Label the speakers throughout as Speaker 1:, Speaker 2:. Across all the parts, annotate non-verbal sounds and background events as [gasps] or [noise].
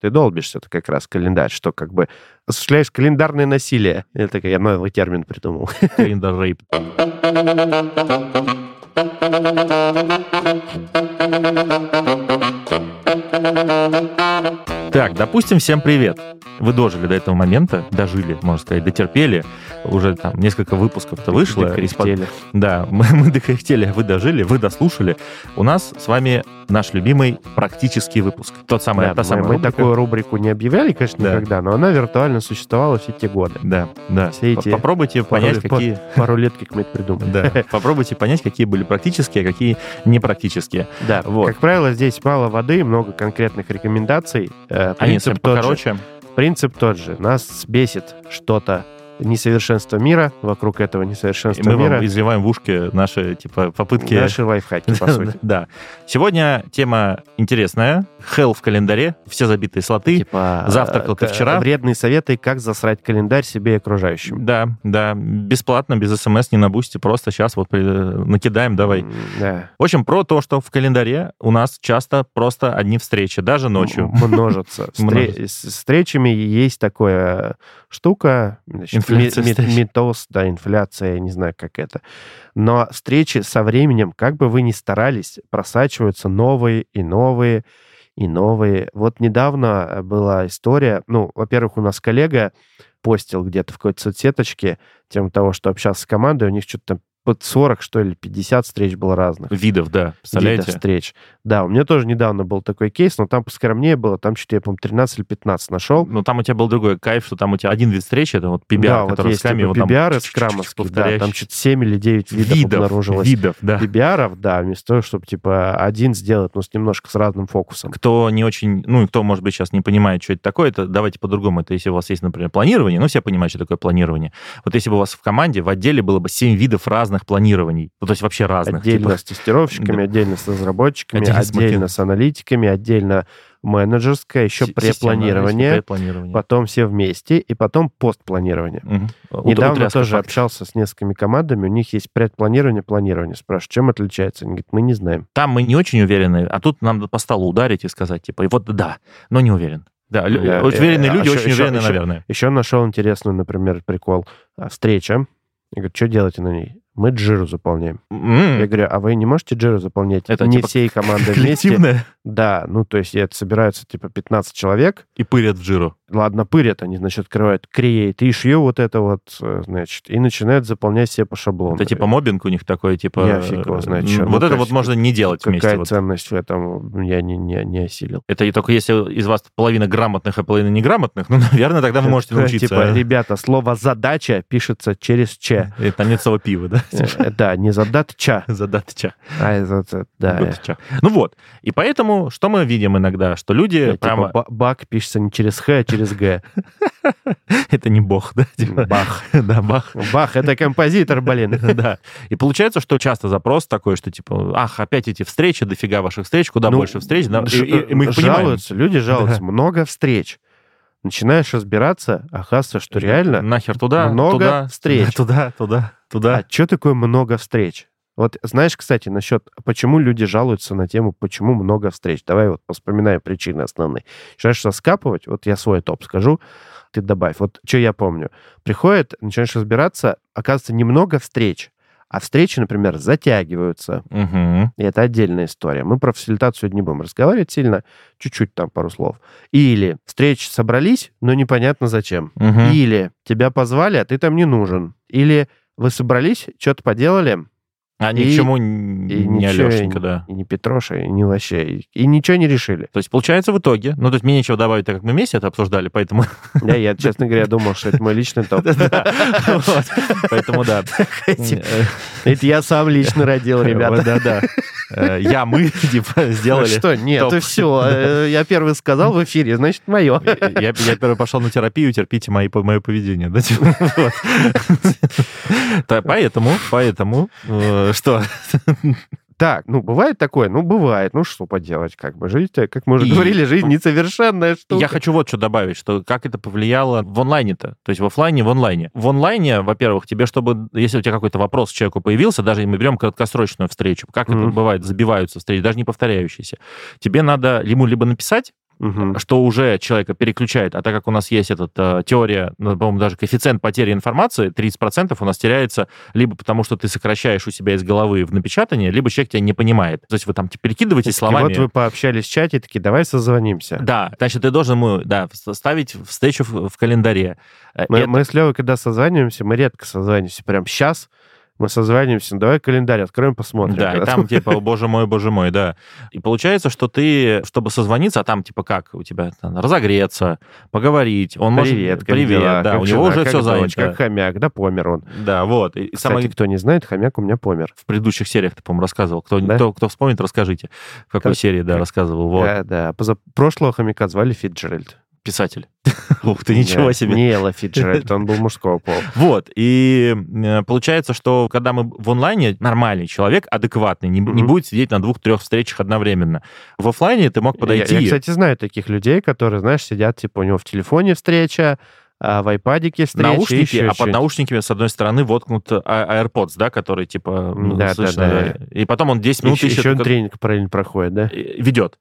Speaker 1: Ты долбишься, это как раз календарь, что как бы осуществляешь календарное насилие. Это я новый термин
Speaker 2: [laughs]
Speaker 1: придумал.
Speaker 2: Календарь рейп. Так, допустим, всем привет. Вы дожили до этого момента, дожили, можно сказать, дотерпели. Уже там несколько выпусков-то вышло.
Speaker 1: Докряхтели.
Speaker 2: Да, [laughs] мы, мы докряхтели, а вы дожили, вы дослушали. У нас с вами наш любимый практический выпуск. Тот самый,
Speaker 1: Да,
Speaker 2: та
Speaker 1: мы,
Speaker 2: самая
Speaker 1: мы
Speaker 2: рубрика.
Speaker 1: такую рубрику не объявляли, конечно,
Speaker 2: Да.
Speaker 1: никогда, но она виртуально существовала все те годы.
Speaker 2: Да, да.
Speaker 1: Все эти-
Speaker 2: Попробуйте понять,
Speaker 1: Пару-
Speaker 2: какие...
Speaker 1: Пару лет как мы это придумали.
Speaker 2: Да, [laughs] попробуйте понять, какие были практические, а какие непрактические.
Speaker 1: Да,
Speaker 2: Вот.
Speaker 1: Как правило, здесь мало воды, много конкретных рекомендаций. Э,
Speaker 2: Они
Speaker 1: принцип тот же.
Speaker 2: покороче.
Speaker 1: Принцип тот же. Нас бесит что-то несовершенство мира, вокруг этого
Speaker 2: И
Speaker 1: несовершенства
Speaker 2: мы
Speaker 1: мира.
Speaker 2: вам изливаем в ушки наши, типа, попытки...
Speaker 1: Наши лайфхаки,
Speaker 2: [laughs]
Speaker 1: по сути.
Speaker 2: Да. Сегодня тема интересная. Hell в календаре, все забитые слоты.
Speaker 1: Типа,
Speaker 2: завтракал ты
Speaker 1: э,
Speaker 2: вчера?
Speaker 1: Вредные советы, как засрать календарь себе и окружающим.
Speaker 2: Да, да, бесплатно, без смс, не на бусте, просто сейчас вот при- накидаем, давай.
Speaker 1: М, Да.
Speaker 2: В общем, про то, что в календаре у нас часто просто одни встречи, даже ночью.
Speaker 1: М-
Speaker 2: [laughs]
Speaker 1: Множатся. Встре-
Speaker 2: Множатся.
Speaker 1: С встречами есть такая штука. значит,
Speaker 2: Инфляция
Speaker 1: ми- ми-
Speaker 2: встреч.
Speaker 1: Метоз, да, инфляция, я не знаю, как это. Но встречи со временем, как бы вы ни старались, просачиваются новые и новые и новые. Вот недавно э, была история, ну, во-первых, у нас коллега постил где-то в какой-то соцсеточке тему того, что общался с командой, у них что-то там под 40, что ли, 50 встреч было разных
Speaker 2: Видов, да,
Speaker 1: каких-то
Speaker 2: представляете?
Speaker 1: встреч. Да, у меня тоже недавно был такой кейс, но там поскромнее было, там что-то я, по-моему, 13 или 15 нашел.
Speaker 2: Ну, там у тебя был другой кайф, что там у тебя один вид встречи, это вот PBR,
Speaker 1: да, вот
Speaker 2: который
Speaker 1: есть
Speaker 2: с камерой,
Speaker 1: типа
Speaker 2: вот там
Speaker 1: PBR
Speaker 2: чуть-чуть
Speaker 1: скрамовский, да,
Speaker 2: повторяющий.
Speaker 1: там что-то 7 или 9 видов,
Speaker 2: видов,
Speaker 1: обнаружилось.
Speaker 2: видов, да.
Speaker 1: PBR, да, вместо того, чтобы, типа, один сделать, но с немножко с разным фокусом.
Speaker 2: Кто не очень, ну и кто, может быть, сейчас не понимает, что это такое, это давайте по-другому. Это если у вас есть, например, планирование, ну все понимают, что такое планирование. Вот если бы у вас в команде, в отделе было бы 7 видов разных планирований, ну то есть вообще разных.
Speaker 1: отдельно
Speaker 2: типа,
Speaker 1: с тестировщиками,
Speaker 2: Да.
Speaker 1: отдельно с разработчиками,
Speaker 2: Отдельно
Speaker 1: отдельно,
Speaker 2: с
Speaker 1: с,
Speaker 2: мотив-
Speaker 1: аналитиками, отдельно менеджерское, еще
Speaker 2: си- системное
Speaker 1: препланирование,
Speaker 2: препланирование.
Speaker 1: потом все вместе, и потом постпланирование.
Speaker 2: Мгм. У-
Speaker 1: Недавно
Speaker 2: утряска
Speaker 1: тоже
Speaker 2: фактов.
Speaker 1: общался с несколькими командами, у них есть предпланирование, планирование. Спрашиваю, чем отличается? Они говорят, мы не знаем.
Speaker 2: Там мы не очень уверены, а тут нам надо по столу ударить и сказать, типа, и вот да, но не уверен. Да, лю-
Speaker 1: Да,
Speaker 2: очень
Speaker 1: э,
Speaker 2: уверенные
Speaker 1: а
Speaker 2: люди,
Speaker 1: ещё-
Speaker 2: очень
Speaker 1: ещё-
Speaker 2: уверенные,
Speaker 1: ещё-
Speaker 2: наверное.
Speaker 1: Еще нашел интересную, например, прикол. А, Встреча. Я говорю, что делаете на ней? Мы джиру заполняем.
Speaker 2: М,
Speaker 1: Я говорю, а вы не можете джиру заполнять?
Speaker 2: Хм. Это
Speaker 1: не
Speaker 2: типа
Speaker 1: всей командой вместе.
Speaker 2: Коллективное.
Speaker 1: Да, ну то есть это собираются типа 15 человек.
Speaker 2: И пырят в жиру.
Speaker 1: Ладно, пырят, они, значит, открывают create issue, вот это вот, э, значит, и начинают заполнять себе по шаблону.
Speaker 2: Это типа мобинг у них такой, типа...
Speaker 1: Я фиг его знает,
Speaker 2: м,
Speaker 1: чё.
Speaker 2: Вот
Speaker 1: Ну,
Speaker 2: это
Speaker 1: то
Speaker 2: вот
Speaker 1: есть
Speaker 2: можно не делать вместе.
Speaker 1: Какая
Speaker 2: вот.
Speaker 1: ценность в этом я не, не, не осилил.
Speaker 2: Это и только если из вас половина грамотных, а половина неграмотных, ну, [laughs] наверное, тогда вы можете
Speaker 1: Э,
Speaker 2: научиться.
Speaker 1: Типа, ребята, слово «задача» пишется через «ч».
Speaker 2: [laughs] Это нет слова пива, да?
Speaker 1: Э, Да, не
Speaker 2: [laughs]
Speaker 1: «задатча»,
Speaker 2: Задатча.
Speaker 1: а это- это- да.
Speaker 2: Задатча. Ну вот. И поэтому, что мы видим иногда, что
Speaker 1: Э,
Speaker 2: люди
Speaker 1: типа,
Speaker 2: прямо...
Speaker 1: ба- бак пишется не через «х», а через «г».
Speaker 2: [laughs] Это не бог, да? типа?
Speaker 1: Бах.
Speaker 2: [laughs] Да, бах.
Speaker 1: [laughs] Бах, это композитор, блин.
Speaker 2: Да. И получается, что часто запрос такой, что типа, ах, опять эти встречи, дофига ваших встреч, куда
Speaker 1: Ну,
Speaker 2: больше встреч, да, и,
Speaker 1: Ж- э,
Speaker 2: и- и мы их понимаем.
Speaker 1: Жалуются, люди
Speaker 2: [laughs]
Speaker 1: жалуются. Много встреч. Начинаешь разбираться, а оказывается, что реально...
Speaker 2: Нахер туда,
Speaker 1: много
Speaker 2: туда,
Speaker 1: встреч.
Speaker 2: [laughs] Туда, туда,
Speaker 1: А
Speaker 2: туда.
Speaker 1: что такое много встреч? Вот знаешь, кстати, насчет, почему люди жалуются на тему, почему много встреч. Давай вот вспоминаем причины основные. Начинаешь раскапывать, вот я свой топ скажу, ты добавь. Вот что я помню. Приходит, начинаешь разбираться, оказывается, немного встреч, а встречи, например, затягиваются.
Speaker 2: Мгм.
Speaker 1: И это отдельная история. Мы про фасилитацию не будем разговаривать сильно, чуть-чуть там пару слов. Или встречи собрались, но непонятно зачем.
Speaker 2: Мгм.
Speaker 1: Или тебя позвали, а ты там не нужен. Или вы собрались, что-то поделали,
Speaker 2: А ни к
Speaker 1: и-
Speaker 2: чему не
Speaker 1: ничего
Speaker 2: Алешенька, да.
Speaker 1: и не Петроша, и не вообще, и, и ничего не решили.
Speaker 2: То есть получается в итоге, ну то есть мне нечего добавить, так как мы вместе это обсуждали, поэтому... [laughs]
Speaker 1: Да, я, честно говоря, думал, что это мой личный топ.
Speaker 2: [laughs] Вот.
Speaker 1: [laughs]
Speaker 2: Поэтому да.
Speaker 1: Это я сам лично родил, [laughs] ребята.
Speaker 2: Да, да. Я, мы, [laughs] типа,
Speaker 1: Ну
Speaker 2: сделали.
Speaker 1: что, нет,
Speaker 2: топ.
Speaker 1: все. Я первый сказал в эфире, значит, мое.
Speaker 2: Э, Я, я первый пошел на терапию, терпите мои, мое поведение. Да, типа, [laughs]
Speaker 1: [laughs]
Speaker 2: вот. Та- Поэтому, поэтому, э, что?
Speaker 1: Так, ну, бывает такое? Ну, бывает. Ну, что поделать, как бы. Жизнь, э, как мы уже
Speaker 2: И-
Speaker 1: говорили, жизнь несовершенная штука.
Speaker 2: Я хочу вот что добавить, что как это повлияло в онлайне-то, то есть в оффлайне, в онлайне. В онлайне, во-первых, тебе, чтобы, если у тебя какой-то вопрос к человеку появился, даже мы берем краткосрочную встречу, как это
Speaker 1: Мгм.
Speaker 2: бывает, забиваются встречи, даже не повторяющиеся, тебе надо ему либо написать,
Speaker 1: Мгм.
Speaker 2: что уже человека переключает. А так как у нас есть эта теория, ну, по-моему, даже коэффициент потери информации, 30% у нас теряется либо потому, что ты сокращаешь у себя из головы в напечатании, либо человек тебя не понимает. То есть вы там типа, перекидываетесь
Speaker 1: И
Speaker 2: словами.
Speaker 1: вот вы пообщались в чате, такие, давай созвонимся.
Speaker 2: Да, значит, ты должен ему да, ставить встречу в, в календаре. Э,
Speaker 1: Мы,
Speaker 2: это-
Speaker 1: мы с Левой, когда созваниваемся, мы редко созваниваемся. Прям сейчас мы созваниваемся. Ну, давай календарь откроем, посмотрим.
Speaker 2: Да, и
Speaker 1: [laughs] когда
Speaker 2: там типа, «О, боже мой, боже мой, да. И получается, что ты, чтобы созвониться, а там типа как у тебя там, разогреться, поговорить, он
Speaker 1: Привет,
Speaker 2: может...
Speaker 1: как дела?
Speaker 2: да,
Speaker 1: Как
Speaker 2: у
Speaker 1: жена?
Speaker 2: него уже
Speaker 1: Как
Speaker 2: все
Speaker 1: дочь?
Speaker 2: занято.
Speaker 1: Как хомяк, да помер он.
Speaker 2: Да, вот. И
Speaker 1: Кстати,
Speaker 2: самое-
Speaker 1: кто не знает, хомяк у меня помер.
Speaker 2: в предыдущих сериях ты, по-моему, рассказывал. Кто,
Speaker 1: Да?
Speaker 2: кто, кто вспомнит, расскажите, в какой
Speaker 1: Как-
Speaker 2: серии, да,
Speaker 1: как-
Speaker 2: рассказывал. Вот,
Speaker 1: Да, Э, да. Поза- прошлого хомяка звали Фитджеральд. [laughs]
Speaker 2: писатель. Ух ты, ничего
Speaker 1: Не-
Speaker 2: себе.
Speaker 1: Не Элла Фитджеральд, он был мужского
Speaker 2: [laughs]
Speaker 1: пола.
Speaker 2: Вот, и э, получается, что когда мы в онлайне, нормальный человек, адекватный, не, не
Speaker 1: Мгм.
Speaker 2: будет сидеть на двух-трех встречах одновременно. В оффлайне ты мог подойти...
Speaker 1: Я, я, кстати, знаю таких людей, которые, знаешь, сидят, типа, у него в телефоне встреча, а в айпадике встреча. и
Speaker 2: наушники,
Speaker 1: еще
Speaker 2: а под
Speaker 1: что-нибудь.
Speaker 2: наушниками с одной стороны воткнут а- AirPods, да, который типа м,
Speaker 1: Да, да,
Speaker 2: слышно,
Speaker 1: да.
Speaker 2: да. И потом он 10 минут
Speaker 1: еще,
Speaker 2: ищет,
Speaker 1: еще он
Speaker 2: как-
Speaker 1: тренинг параллельно проходит, да?
Speaker 2: э, ведет.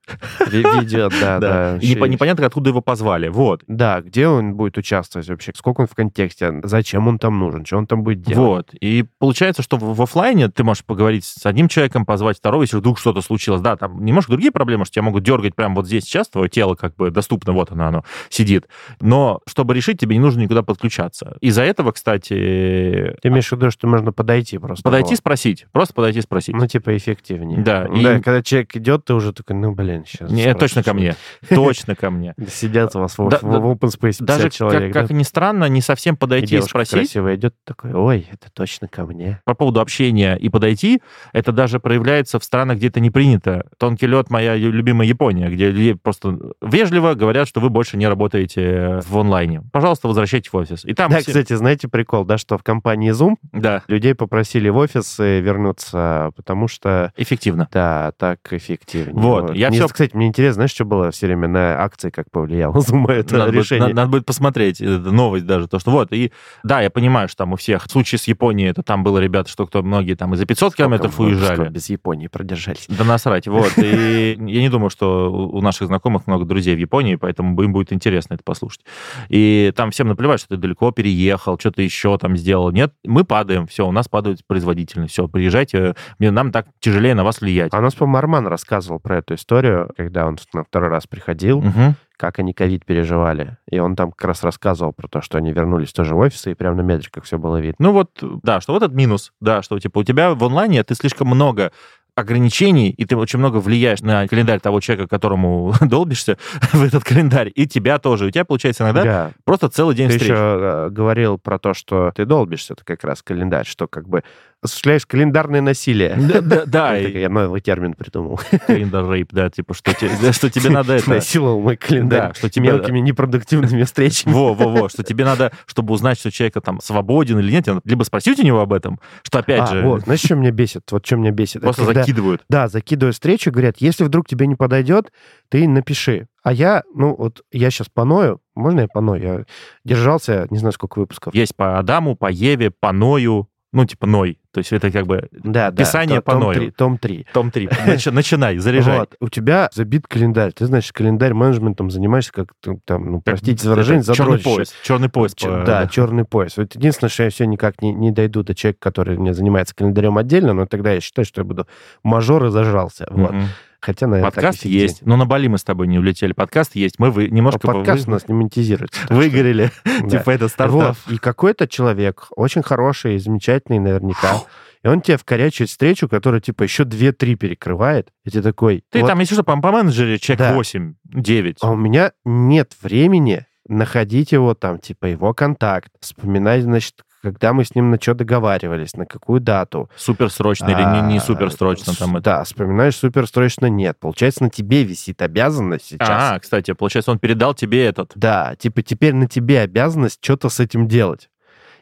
Speaker 1: Ви-
Speaker 2: [laughs]
Speaker 1: Ведет, да, да.
Speaker 2: И непо-
Speaker 1: Еще-
Speaker 2: непонятно, откуда его позвали. Вот.
Speaker 1: Да, где он будет участвовать вообще? Сколько он в контексте? Зачем он там нужен? Что он там будет делать?
Speaker 2: Вот. И получается, что в в оффлайне ты можешь поговорить с одним человеком, позвать второго, если вдруг что-то случилось. Да, там немножко другие проблемы, что тебя могут дергать прямо вот здесь сейчас, твое тело как бы доступно, вот оно, оно сидит. Но чтобы решить, тебе не нужно никуда подключаться. Из-за этого, кстати,
Speaker 1: Ты имеешь в виду, что можно подойти просто?
Speaker 2: подойти
Speaker 1: было?
Speaker 2: спросить. Просто подойти спросить.
Speaker 1: Ну, типа, эффективнее.
Speaker 2: Да,
Speaker 1: Ну
Speaker 2: и-
Speaker 1: да, когда человек идет, ты уже такой, ну, блин, сейчас.
Speaker 2: Не, это точно ко мне. Точно ко мне.
Speaker 1: Сидят у вас в,
Speaker 2: Да,
Speaker 1: в-
Speaker 2: да.
Speaker 1: в open space 50
Speaker 2: Даже,
Speaker 1: человек.
Speaker 2: как,
Speaker 1: да?
Speaker 2: как ни странно, не совсем подойти и,
Speaker 1: девушка
Speaker 2: спросить
Speaker 1: красивая идет, такой, ой, это точно ко мне.
Speaker 2: по поводу общения и подойти, это даже проявляется в странах, где это не принято. Тонкий лед моя ю- любимая Япония, где люди просто вежливо говорят, что вы больше не работаете в онлайне. Пожалуйста, возвращайтесь в офис. И там
Speaker 1: Да,
Speaker 2: все-
Speaker 1: кстати, знаете прикол, да, что в компании Zoom
Speaker 2: да,
Speaker 1: людей попросили в офис э, вернуться, потому что
Speaker 2: эффективно.
Speaker 1: да, так эффективнее.
Speaker 2: Вот, я
Speaker 1: Мне,
Speaker 2: всё-
Speaker 1: Кстати, мне интересно, знаешь, что было все время на акции, как повлияло [laughs] Zoom это
Speaker 2: надо, будет,
Speaker 1: решение?
Speaker 2: надо- надо будет посмотреть э, новость даже, то, что вот, и да, я понимаю, что там у всех, в случае с Японией, это там было, ребята, что кто многие там и за 500 километров
Speaker 1: Сколько мы
Speaker 2: уезжали.
Speaker 1: без Японии продержались.
Speaker 2: Да насрать, вот. И я не думаю, что у у наших знакомых много друзей в Японии, поэтому им будет интересно это послушать. И там всем наплевать, что ты далеко переехал, что-то еще там сделал. Нет, мы падаем, все, у нас падает производительность, все, приезжайте, мне- нам так тяжелее на вас влиять.
Speaker 1: А у нас, по-моему, Арман рассказывал про эту историю, когда он на второй раз приходил,
Speaker 2: Мгм.
Speaker 1: как они ковид переживали. И он там как раз рассказывал про то, что они вернулись тоже в офисы, и прямо на метриках все было видно.
Speaker 2: Ну вот, да, что вот этот минус, да, что типа у тебя в онлайне ты слишком много ограничений, и ты очень много влияешь на календарь того человека, которому [laughs] долбишься в этот календарь, и тебя тоже. У тебя получается иногда
Speaker 1: А Да,
Speaker 2: просто целый день
Speaker 1: Ты
Speaker 2: встреч.
Speaker 1: еще э, говорил про то, что ты долбишься, это как раз календарь, что как бы осуществляешь календарное насилие.
Speaker 2: Да, да, да.
Speaker 1: [laughs] Это
Speaker 2: и-
Speaker 1: как Я новый термин придумал.
Speaker 2: календарь рейп, да, типа, что, те- да, что тебе надо
Speaker 1: [laughs]
Speaker 2: это...
Speaker 1: Насиловал мой календарь
Speaker 2: Типа, Да, что тебе... [laughs]
Speaker 1: мелкими непродуктивными встречами.
Speaker 2: Во-во-во, что тебе надо, чтобы узнать, что человек там свободен или нет, тебе надо либо спросить у него об этом, что [laughs] опять
Speaker 1: А,
Speaker 2: же
Speaker 1: вот, знаешь, что меня бесит? Вот что меня бесит? Это
Speaker 2: просто
Speaker 1: когда-
Speaker 2: закидывают.
Speaker 1: Да, закидывают встречу, говорят, если вдруг тебе не подойдет, ты напиши. А я, ну вот, я сейчас поною, можно я поною? Я держался, не знаю, сколько выпусков.
Speaker 2: Есть по Адаму, по Еве, по Ною, ну, типа Ной. То есть это как бы
Speaker 1: Да, да.
Speaker 2: Писание
Speaker 1: то- том
Speaker 2: поною.
Speaker 1: три- Том 3. [laughs]
Speaker 2: том 3. Начинай, заряжай.
Speaker 1: Вот, у тебя забит календарь. Ты, значит, календарь менеджментом занимаешься, как ты там, ну,
Speaker 2: Как
Speaker 1: простите за выражение,
Speaker 2: это, Черный
Speaker 1: задротище.
Speaker 2: пояс. Черный пояс.
Speaker 1: Че-
Speaker 2: по-
Speaker 1: да, черный пояс. Вот единственное, что я все никак не, не дойду до человека, который мне занимается календарем отдельно, но тогда я считаю, что я буду мажор и зажрался. Вот.
Speaker 2: Мгм.
Speaker 1: Хотя, наверное, так
Speaker 2: Подкаст
Speaker 1: эффективнее.
Speaker 2: есть. Но на Бали мы с тобой не улетели. Подкаст есть. Мы вы-
Speaker 1: А
Speaker 2: немножко
Speaker 1: подкаст у
Speaker 2: вы-
Speaker 1: нас не монетизируется. так что-
Speaker 2: выгорели.
Speaker 1: [laughs]
Speaker 2: [laughs]
Speaker 1: Да.
Speaker 2: Типа это
Speaker 1: Вот.
Speaker 2: стартап.
Speaker 1: И какой-то человек, очень хороший, замечательный
Speaker 2: [gasps]
Speaker 1: наверняка, и он тебе вкорячивает встречу, которая, типа, еще 2-3 перекрывает, и ты такой...
Speaker 2: Ты
Speaker 1: вот
Speaker 2: там, если что, по, по менеджере человек
Speaker 1: Да.
Speaker 2: 8, 9.
Speaker 1: А у меня нет времени находить его там, типа его контакт, вспоминать, значит, когда мы с ним на что договаривались, на какую дату.
Speaker 2: Суперсрочно
Speaker 1: А,
Speaker 2: или не, не суперсрочно
Speaker 1: с-
Speaker 2: там это.
Speaker 1: Да, вспоминаешь суперсрочно нет. Получается, на тебе висит обязанность сейчас.
Speaker 2: А, кстати, получается, он передал тебе этот.
Speaker 1: Да, типа теперь на тебе обязанность что-то с этим делать.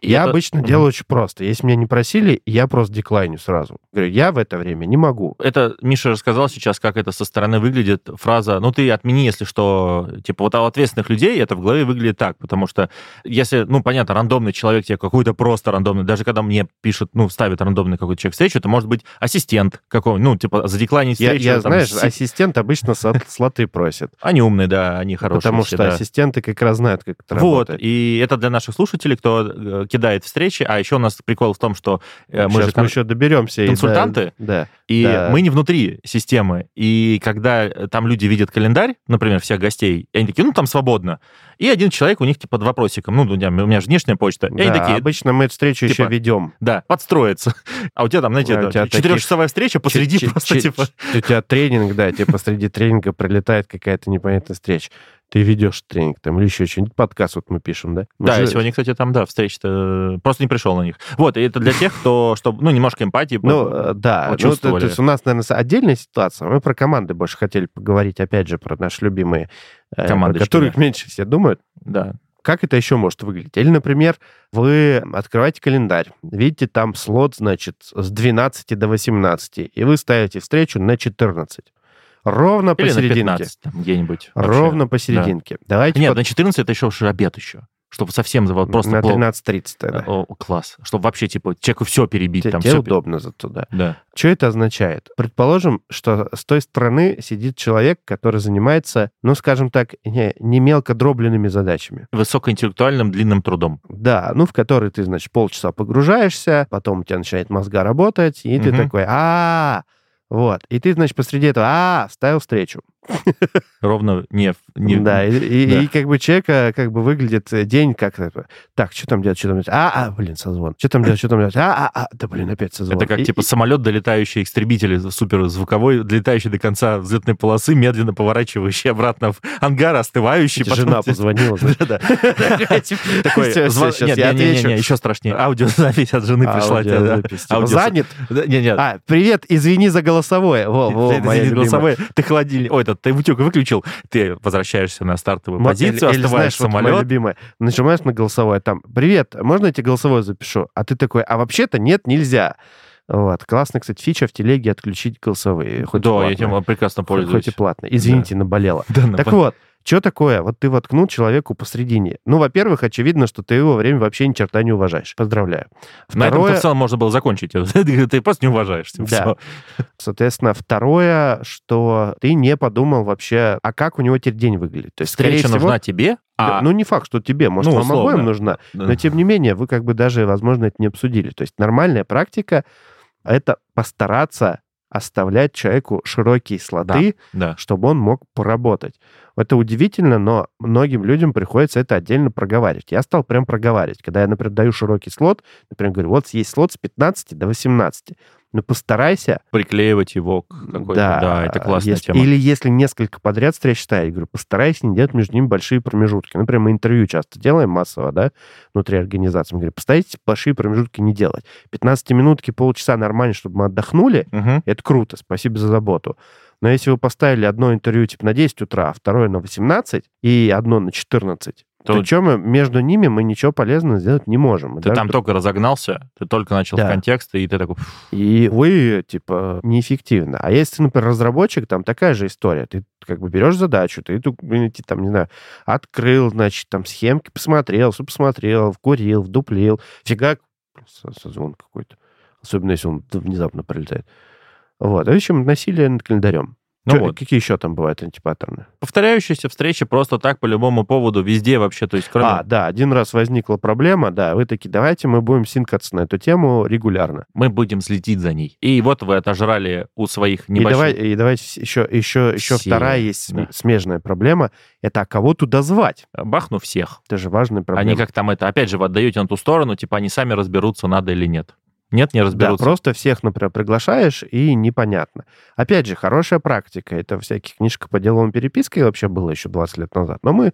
Speaker 1: Я
Speaker 2: это-
Speaker 1: обычно
Speaker 2: Мгм.
Speaker 1: делаю очень просто. Если меня не просили, я просто деклайню сразу. Говорю, я в это время не могу.
Speaker 2: Это Миша рассказал сейчас, как это со стороны выглядит. Фраза «ну ты отмени, если что». Типа вот а у ответственных людей это в голове выглядит так, потому что если, ну понятно, рандомный человек тебе какой-то просто рандомный, даже когда мне пишут, ну ставит рандомный какой-то человек встречу, это может быть ассистент какого-нибудь, ну типа задекланить
Speaker 1: Я,
Speaker 2: встречу.
Speaker 1: я,
Speaker 2: там,
Speaker 1: знаешь,
Speaker 2: си-
Speaker 1: ассистент обычно со-
Speaker 2: [laughs]
Speaker 1: слоты просит.
Speaker 2: Они умные, да, они хорошие.
Speaker 1: Потому
Speaker 2: все,
Speaker 1: что
Speaker 2: да.
Speaker 1: ассистенты как раз знают, как это
Speaker 2: Вот,
Speaker 1: работает.
Speaker 2: и это для наших слушателей, кто э, кидает встречи. А еще у нас прикол в том, что э, мы
Speaker 1: Сейчас
Speaker 2: же
Speaker 1: мы
Speaker 2: кон-
Speaker 1: еще доберемся. и да-
Speaker 2: консультанты?
Speaker 1: Да.
Speaker 2: И
Speaker 1: Да.
Speaker 2: мы не внутри системы. И когда э, там люди видят календарь, например, всех гостей, и они такие, ну, там свободно. И один человек у них, типа, под вопросиком. Ну, у меня, у меня же внешняя почта. И
Speaker 1: Да,
Speaker 2: они такие,
Speaker 1: Обычно мы эту встречу еще
Speaker 2: типа,
Speaker 1: ведем.
Speaker 2: да, подстроиться. А у тебя там, знаете,
Speaker 1: А у
Speaker 2: это,
Speaker 1: тебя таких-
Speaker 2: четырехчасовая встреча посреди просто, типа...
Speaker 1: У тебя тренинг, да, тебе посреди тренинга прилетает какая-то непонятная встреча. Ты ведешь тренинг там или еще что-нибудь. Подкаст вот мы пишем, да? Мы
Speaker 2: Да,
Speaker 1: же-
Speaker 2: я сегодня, кстати, там, да, встреча-то... э, Просто не пришел на них. Вот, и это для тех, кто, чтобы, ну, немножко эмпатии...
Speaker 1: Ну, э, да. Ну, то,
Speaker 2: почувствовали.
Speaker 1: то есть у нас, наверное, с- отдельная ситуация. Мы про команды больше хотели поговорить, опять же, про наши любимые, э, про
Speaker 2: Командочки,
Speaker 1: которых меньше все думают.
Speaker 2: Да.
Speaker 1: Как это еще может выглядеть? Или, например, вы открываете календарь, видите там слот, значит, с 12 до 18, и вы ставите встречу на 14. Ровно
Speaker 2: Или на
Speaker 1: посерединке.
Speaker 2: 15 там, где-нибудь. вообще.
Speaker 1: Ровно посерединке. Давайте
Speaker 2: Нет,
Speaker 1: вот
Speaker 2: на 14 это еще уж обед еще. Чтобы совсем вот просто
Speaker 1: на
Speaker 2: плохо.
Speaker 1: 13.30 тогда.
Speaker 2: О, класс. Чтобы вообще, типа, человеку все перебить.
Speaker 1: Те-
Speaker 2: там
Speaker 1: те
Speaker 2: всё
Speaker 1: удобно зато, да.
Speaker 2: пер- Да.
Speaker 1: Что это означает? Предположим, что с той стороны сидит человек, который занимается, ну, скажем так, не, не мелко дробленными задачами.
Speaker 2: Высокоинтеллектуальным длинным трудом.
Speaker 1: Да, ну, в который ты, значит, полчаса погружаешься, потом у тебя начинает мозга работать, и ты
Speaker 2: Мгм.
Speaker 1: такой, а вот. И ты, значит, посреди этого, а ставил встречу.
Speaker 2: Ровно не... в- не-
Speaker 1: да, и, и-
Speaker 2: да.
Speaker 1: и как бы человека как бы выглядит э, день как это, так, что там делать, что там делать, а, а, блин, созвон, что там делать, что там делать, а, а, а, да, блин, опять созвон.
Speaker 2: Это как,
Speaker 1: И-
Speaker 2: типа,
Speaker 1: и-
Speaker 2: самолет, долетающий истребитель суперзвуковой, долетающий до конца взлетной полосы, медленно поворачивающий обратно в ангар, остывающий. потом-
Speaker 1: жена
Speaker 2: [laughs]
Speaker 1: позвонила. значит,
Speaker 2: Да-да.
Speaker 1: [laughs] Такой,
Speaker 2: Такой,
Speaker 1: «Всё,
Speaker 2: звон-
Speaker 1: всё,
Speaker 2: нет,
Speaker 1: щас я
Speaker 2: не- не- не,
Speaker 1: отвечу».
Speaker 2: не, еще страшнее. Аудиозапись от жены пришла. тебе, да.
Speaker 1: Аудиозапись, типа,
Speaker 2: Аудио-
Speaker 1: Занят?
Speaker 2: Да, Не, нет.
Speaker 1: А, привет, извини за голосовое. Во, во,
Speaker 2: Ты- ты-
Speaker 1: моя
Speaker 2: ты
Speaker 1: любимая.
Speaker 2: голосовой, ты холодильник, ой, этот, ты утюг выключил, ты возвращаешься на стартовую
Speaker 1: Мо-
Speaker 2: позицию,
Speaker 1: или- или,
Speaker 2: остываешь
Speaker 1: знаешь, вот моя
Speaker 2: самолет.
Speaker 1: любимая. Нажимаешь на голосовое, там, привет, можно я тебе голосовое запишу? А ты такой, а вообще-то нет, нельзя. Вот. Классная, кстати, фича в телеге отключить голосовые. Хоть и
Speaker 2: Да, я
Speaker 1: платные.
Speaker 2: этим прекрасно
Speaker 1: Хоть-
Speaker 2: пользуюсь.
Speaker 1: Хоть и платно. Извините,
Speaker 2: [laughs]
Speaker 1: наболело.
Speaker 2: Да, на-
Speaker 1: Так вот, что такое? Вот ты воткнул человеку посредине. Ну, во-первых, очевидно, что ты его время вообще ни черта не уважаешь. Поздравляю.
Speaker 2: На этом
Speaker 1: Второе-
Speaker 2: в целом можно было закончить. [laughs] Ты ты просто не уважаешь. типа,
Speaker 1: Да.
Speaker 2: всё.
Speaker 1: Соответственно, второе, что ты не подумал вообще, а как у него теперь день выглядит. То есть, скорее
Speaker 2: Встреча
Speaker 1: всего,
Speaker 2: нужна тебе,
Speaker 1: да,
Speaker 2: а...
Speaker 1: ну, типа, не факт, что тебе, может,
Speaker 2: Ну,
Speaker 1: вам
Speaker 2: условно.
Speaker 1: обоим нужна, но,
Speaker 2: Да.
Speaker 1: тем не менее, вы как бы даже, возможно, это не обсудили. То есть нормальная практика — это постараться оставлять человеку широкие слоты,
Speaker 2: Да.
Speaker 1: чтобы он мог поработать. Это удивительно, но многим людям приходится это отдельно проговаривать. Я стал прям проговаривать. Когда я, например, даю широкий слот, например, говорю, вот есть слот с 15 до 18, но постарайся
Speaker 2: Приклеивать его к Ну, какой-то... Да, это классная
Speaker 1: если-
Speaker 2: тема.
Speaker 1: Или если несколько подряд встреч ставить, говорю, постарайся не делать между ними большие промежутки. Например, мы интервью часто делаем массово, да, внутри организации. Мы говорим, постарайтесь большие промежутки не делать. 15-минутки, полчаса нормально, чтобы мы отдохнули.
Speaker 2: Мгм.
Speaker 1: Это круто, спасибо за заботу. Но если вы поставили одно интервью типа на 10 утра, а второе на 18 и одно на 14,
Speaker 2: То-
Speaker 1: то, причем между ними мы ничего полезного сделать не можем.
Speaker 2: Ты
Speaker 1: Да,
Speaker 2: там только разогнался, ты только начал в
Speaker 1: Да.
Speaker 2: контекст, и ты такой... «Пф,
Speaker 1: и вы, типа, неэффективно. А если, например, разработчик, там такая же история. Ты как бы берешь задачу, ты, тут, блин, эти, там, не знаю, открыл, значит, там схемки посмотрел, все посмотрел, вкурил, вдуплил. Фига, со- созвон какой-то. Особенно, если он внезапно прилетает. Вот. В общем, насилие над календарем.
Speaker 2: Ну
Speaker 1: Чё- э,
Speaker 2: вот,
Speaker 1: Какие еще там бывают антипаттерны?
Speaker 2: повторяющиеся встречи просто так по любому поводу везде вообще, то есть кроме...
Speaker 1: А, да, один раз возникла проблема, да, вы такие, давайте мы будем синкаться на эту тему регулярно.
Speaker 2: Мы будем следить за ней. И вот вы отожрали у своих
Speaker 1: И, давай,
Speaker 2: небольших...
Speaker 1: и давайте вс- еще, еще, еще
Speaker 2: Все,
Speaker 1: вторая есть см-
Speaker 2: да.
Speaker 1: смежная проблема. Это а кого туда звать?
Speaker 2: Бахну всех.
Speaker 1: Это же важная проблема.
Speaker 2: Они как там это... Опять же, вы отдаете на ту сторону, типа они сами разберутся, надо или нет. Нет, не
Speaker 1: да,
Speaker 2: разберутся.
Speaker 1: просто всех, например, приглашаешь, и непонятно. Опять же, хорошая практика. Это всякие книжка по деловым переписке вообще было еще 20 лет назад. Но мы...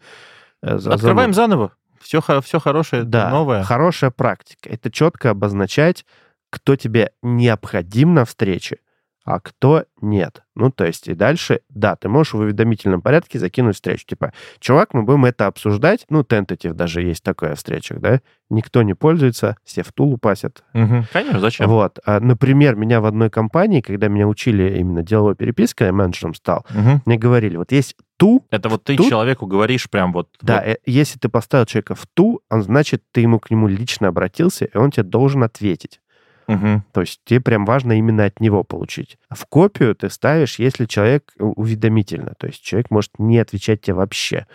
Speaker 1: э, за-
Speaker 2: Открываем
Speaker 1: забыли.
Speaker 2: заново. Все, все хорошее,
Speaker 1: Да,
Speaker 2: новое.
Speaker 1: хорошая практика. Это четко обозначать, кто тебе необходим на встрече, а кто нет. Ну, то есть, и дальше, да, ты можешь в уведомительном порядке закинуть встречу. Типа, чувак, мы будем это обсуждать. Ну, тентатив даже есть такое в встречах, да? Никто не пользуется, все в тулу пасят.
Speaker 2: Мгм. Конечно, зачем?
Speaker 1: Вот. А, Например, меня в одной компании, когда меня учили именно деловой перепиской, я менеджером стал,
Speaker 2: Мгм.
Speaker 1: мне говорили, вот есть ту,
Speaker 2: Это вот ты
Speaker 1: Тут-
Speaker 2: человеку говоришь прям вот...
Speaker 1: да,
Speaker 2: вот,
Speaker 1: э, если ты поставил человека в ту, он, значит, ты ему к нему лично обратился, и он тебе должен ответить.
Speaker 2: мгм.
Speaker 1: То есть тебе прям важно именно от него получить. В копию ты ставишь, если человек у- уведомительно. То есть человек может не отвечать тебе вообще.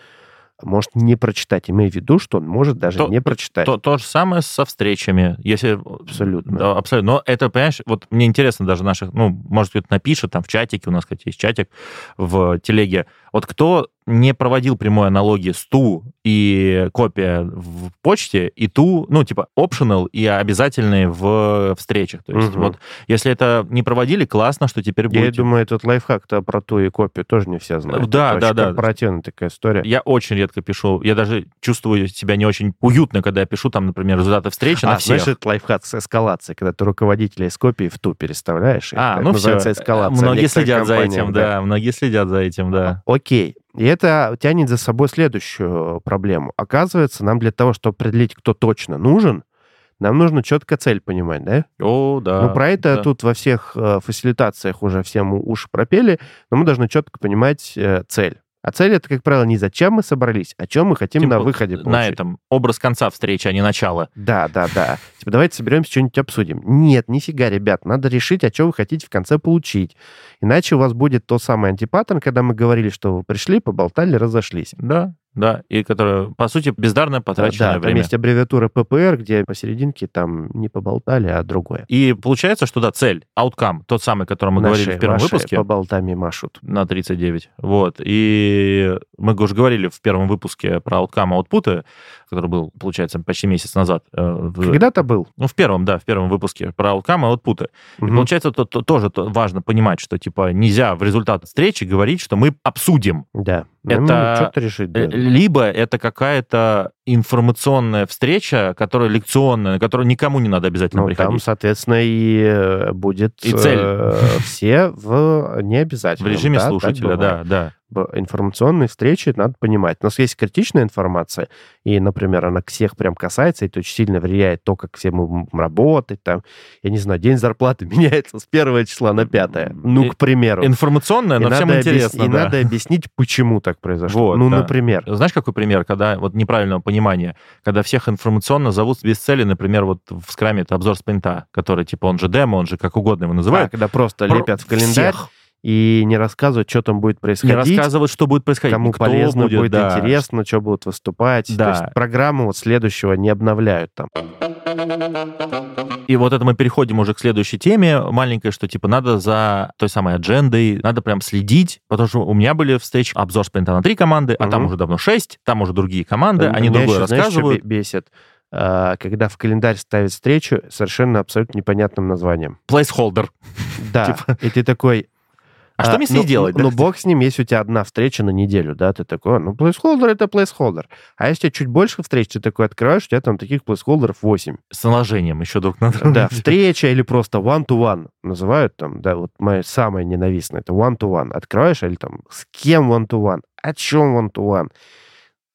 Speaker 1: Может не прочитать. Имею в виду, что он может даже
Speaker 2: То-
Speaker 1: не прочитать.
Speaker 2: То, то же самое со встречами. Если... э,
Speaker 1: Абсолютно.
Speaker 2: Да, абсолютно. Но это, понимаешь, вот мне интересно даже наших, ну, может, кто-то напишет там в чатике, у нас, кстати, есть чатик в телеге. Вот кто не проводил прямой аналогии с ту и копия в почте, и ту, ну, типа, optional и обязательные в встречах. То есть
Speaker 1: Мгм.
Speaker 2: вот если это не проводили, классно, что теперь
Speaker 1: Я
Speaker 2: будет...
Speaker 1: и думаю, этот лайфхак-то про ту и копию тоже не все знают.
Speaker 2: Э, Да,
Speaker 1: Это
Speaker 2: да,
Speaker 1: очень
Speaker 2: да.
Speaker 1: Корпоративная такая история.
Speaker 2: Я очень редко пишу. Я даже чувствую себя не очень уютно, когда я пишу там, например, результаты встречи на
Speaker 1: а,
Speaker 2: всех.
Speaker 1: знаешь, этот лайфхак с эскалацией, когда ты руководителя из копии в ту переставляешь. и
Speaker 2: а,
Speaker 1: это
Speaker 2: ну все.
Speaker 1: называется эскалация. в
Speaker 2: Многие
Speaker 1: некоторых
Speaker 2: следят за
Speaker 1: компаниях,
Speaker 2: этим, да. Многие следят за этим, да.
Speaker 1: Окей. И это тянет за собой следующую проблему. Оказывается, нам для того, чтобы определить, кто точно нужен, нам нужно четко цель понимать, да?
Speaker 2: О, да.
Speaker 1: ну, про это
Speaker 2: да.
Speaker 1: тут во всех э, фасилитациях уже всем у- уши пропели, но мы должны четко понимать э, цель. А цель это, как правило, не зачем мы собрались, а чем мы хотим
Speaker 2: Тем
Speaker 1: на
Speaker 2: Типа вот
Speaker 1: выходе получить.
Speaker 2: На этом. Образ конца встречи, а не начало.
Speaker 1: Да, да, да. Типа, давайте соберемся, что-нибудь обсудим. Нет, нифига, ребят, надо решить, а что вы хотите в конце получить. Иначе у вас будет тот самый антипаттерн, когда мы говорили, что вы пришли, поболтали, разошлись.
Speaker 2: Да. Да, и которое, по сути, бездарно
Speaker 1: да,
Speaker 2: потраченное
Speaker 1: там
Speaker 2: время.
Speaker 1: есть аббревиатура ППР, где посерединке там не поболтали, а другое.
Speaker 2: И получается, что да, цель, ауткам, тот самый, о котором мы говорили в первом
Speaker 1: ваши
Speaker 2: выпуске.
Speaker 1: поболтами машут.
Speaker 2: на 39. Вот. И мы уже говорили в первом выпуске про ауткам аутпуты, который был, получается, почти месяц назад. э, в-
Speaker 1: Когда-то был.
Speaker 2: Ну, в первом, да, в первом выпуске про ауткам аутпуты.
Speaker 1: Мгм.
Speaker 2: Получается, то, то- тоже то- важно понимать, что, типа, нельзя в результат встречи говорить, что мы обсудим.
Speaker 1: Да.
Speaker 2: это-
Speaker 1: что-то решить. да.
Speaker 2: Э, Либо это какая-то информационная встреча, которая лекционная, на которую никому не надо обязательно
Speaker 1: Ну, там,
Speaker 2: приходить.
Speaker 1: соответственно, и э, будет
Speaker 2: И цель.
Speaker 1: э, все
Speaker 2: [laughs]
Speaker 1: в
Speaker 2: В
Speaker 1: необязательном.
Speaker 2: режиме
Speaker 1: да, так
Speaker 2: слушателя,
Speaker 1: бывает.
Speaker 2: да, да.
Speaker 1: Б- информационные встречи надо понимать. У нас есть критичная информация, и, например, она всех прям касается, и это очень сильно влияет то, как все мы будем работать, там, я не знаю, день зарплаты [laughs] меняется с первого числа на пятое. Ну,
Speaker 2: И-
Speaker 1: к примеру.
Speaker 2: Информационная, но всем
Speaker 1: объяс-
Speaker 2: интересно,
Speaker 1: и
Speaker 2: да.
Speaker 1: надо объяснить, почему так произошло.
Speaker 2: Вот,
Speaker 1: ну,
Speaker 2: да. Э,
Speaker 1: например.
Speaker 2: Знаешь, какой пример, когда вот неправильного понимания, когда всех информационно зовут без цели, например, вот в скраме это обзор спринта, который типа он же демо, он же как угодно его
Speaker 1: Да,
Speaker 2: называют.
Speaker 1: когда просто
Speaker 2: Про-
Speaker 1: лепят в календарь
Speaker 2: всех.
Speaker 1: и не рассказывают, что там будет
Speaker 2: не
Speaker 1: происходить,
Speaker 2: рассказывают, что будет происходить,
Speaker 1: кому
Speaker 2: кто
Speaker 1: полезно, будет,
Speaker 2: да.
Speaker 1: интересно, что будут выступать.
Speaker 2: Да.
Speaker 1: То есть программу вот следующего не обновляют там.
Speaker 2: И вот это мы переходим уже к следующей теме маленькой, что типа надо за той самой аджендой, надо прям следить, потому что у меня были встречи, обзор спринта на три команды, а там
Speaker 1: Мгм.
Speaker 2: уже давно шесть, там уже другие команды, они
Speaker 1: Меня
Speaker 2: другое
Speaker 1: еще, знаешь, что
Speaker 2: рассказывают.
Speaker 1: бе- бесит? А, Когда в календарь ставят встречу с совершенно абсолютно непонятным названием.
Speaker 2: Плейсхолдер.
Speaker 1: Да. И ты такой...
Speaker 2: Типа, [laughs] А, что мне с ней
Speaker 1: ну,
Speaker 2: делать? да?
Speaker 1: Ну, бог с ним, если у тебя одна встреча на неделю, да, ты такой, ну, плейсхолдер — это плейсхолдер. А если у тебя чуть больше встреч, ты такой открываешь, у тебя там таких плейсхолдеров
Speaker 2: [laughs]
Speaker 1: 8.
Speaker 2: С наложением еще друг на друга.
Speaker 1: Да, встреча или просто one-to-one называют там, да, вот мое самое ненавистное, это one-to-one. Открываешь а или там с кем one-to-one, о чем one-to-one,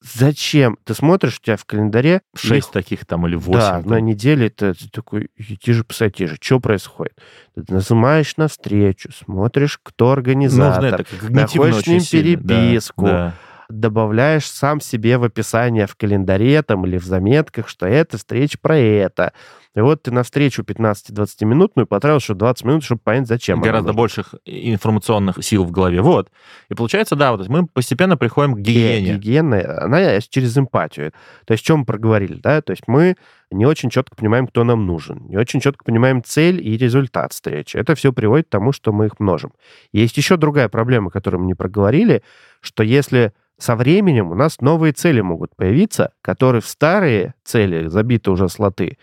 Speaker 1: зачем? Ты смотришь, у тебя в календаре
Speaker 2: Шесть таких там или восемь.
Speaker 1: Да, ну,
Speaker 2: там.
Speaker 1: на неделе это ты такой, иди же писать, же, что происходит? Ты нажимаешь на встречу, смотришь, кто организатор,
Speaker 2: Нужно это когнитивно
Speaker 1: находишь с
Speaker 2: очень
Speaker 1: ним
Speaker 2: сильно, да,
Speaker 1: переписку.
Speaker 2: да.
Speaker 1: добавляешь сам себе в описание в календаре там или в заметках, что это встреча про это. И вот ты на встречу 15-20 минутную потратил еще 20 минут, чтобы понять, зачем. она
Speaker 2: Гораздо
Speaker 1: нужна.
Speaker 2: больших информационных сил в голове. Вот. И получается, да, вот мы постепенно приходим к
Speaker 1: Э,
Speaker 2: гигиене.
Speaker 1: гигиена, она э, через эмпатию. То есть, чем мы проговорили, да? То есть, мы не очень четко понимаем, кто нам нужен, не очень четко понимаем цель и результат встречи. Это все приводит к тому, что мы их множим. Есть еще другая проблема, которую мы не проговорили, что если со временем у нас новые цели могут появиться, которые в старые цели, забиты уже слоты,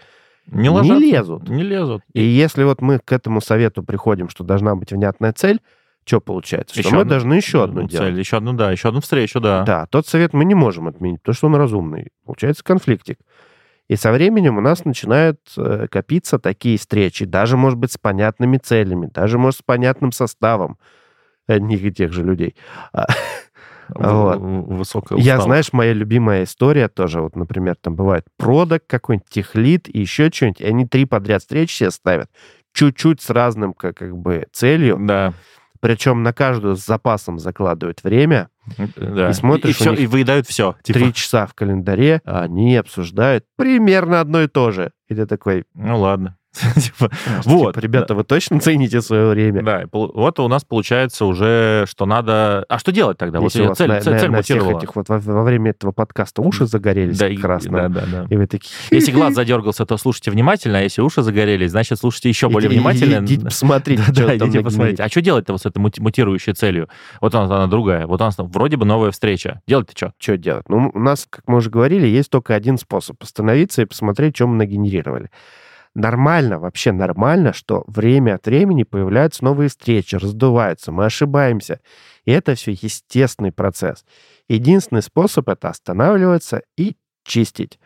Speaker 2: Не
Speaker 1: не
Speaker 2: ложат.
Speaker 1: лезут.
Speaker 2: Не лезут.
Speaker 1: И если вот мы к этому совету приходим, что должна быть внятная цель, что получается? Что
Speaker 2: Еще
Speaker 1: мы
Speaker 2: одну-
Speaker 1: должны еще одну
Speaker 2: Э, ну, цель,
Speaker 1: делать.
Speaker 2: Еще одну, да, еще одну встречу, да.
Speaker 1: Да, тот совет мы не можем отменить, потому что он разумный. Получается конфликтик. И со временем у нас начинают э, копиться такие встречи, даже, может быть, с понятными целями, даже, может, с понятным составом одних и тех же людей. Вот.
Speaker 2: Высокая
Speaker 1: Я,
Speaker 2: усталость.
Speaker 1: знаешь, моя любимая история тоже, вот, например, там бывает продак какой-нибудь, техлит и еще что-нибудь, и они три подряд встреч себе ставят, чуть-чуть с разным как, как бы целью,
Speaker 2: Да,
Speaker 1: причем на каждую с запасом закладывают время,
Speaker 2: да.
Speaker 1: И смотришь,
Speaker 2: и,
Speaker 1: у
Speaker 2: всё,
Speaker 1: них
Speaker 2: и выедают все. Типа,
Speaker 1: три часа в календаре, а они обсуждают примерно одно и то же. И ты такой,
Speaker 2: Ну ладно. [laughs] Типа,
Speaker 1: вот,
Speaker 2: вот.
Speaker 1: Ну, ребята, вы точно цените свое время?
Speaker 2: Да, и пол- вот у нас получается уже, что надо... А что делать тогда? Вот
Speaker 1: Если у
Speaker 2: я
Speaker 1: вас
Speaker 2: цель,
Speaker 1: на,
Speaker 2: цель-
Speaker 1: на-
Speaker 2: цель
Speaker 1: на всех
Speaker 2: мутировала.
Speaker 1: этих вот во, во время этого подкаста уши загорелись
Speaker 2: Да, и-
Speaker 1: прекрасно.
Speaker 2: да, да, да.
Speaker 1: И вы такие...
Speaker 2: [laughs] Если глаз задергался, то слушайте внимательно, а если уши загорелись, значит, слушайте еще более
Speaker 1: «Иди- иди-
Speaker 2: внимательно.
Speaker 1: Идите посмотрите,
Speaker 2: [laughs] Да,
Speaker 1: что
Speaker 2: да,
Speaker 1: там
Speaker 2: идите
Speaker 1: нагнили».
Speaker 2: посмотрите. А что делать-то вот с этой мути- мутирующей целью? Вот она, она другая. Вот у нас там вроде бы новая встреча. Делать-то что?
Speaker 1: Что делать? Ну, у нас, как мы уже говорили, есть только один способ. Остановиться и посмотреть, что мы нагенерировали. Нормально, вообще нормально, что время от времени появляются новые встречи, раздуваются, мы ошибаемся. И это все естественный процесс. Единственный способ это останавливаться и чистить.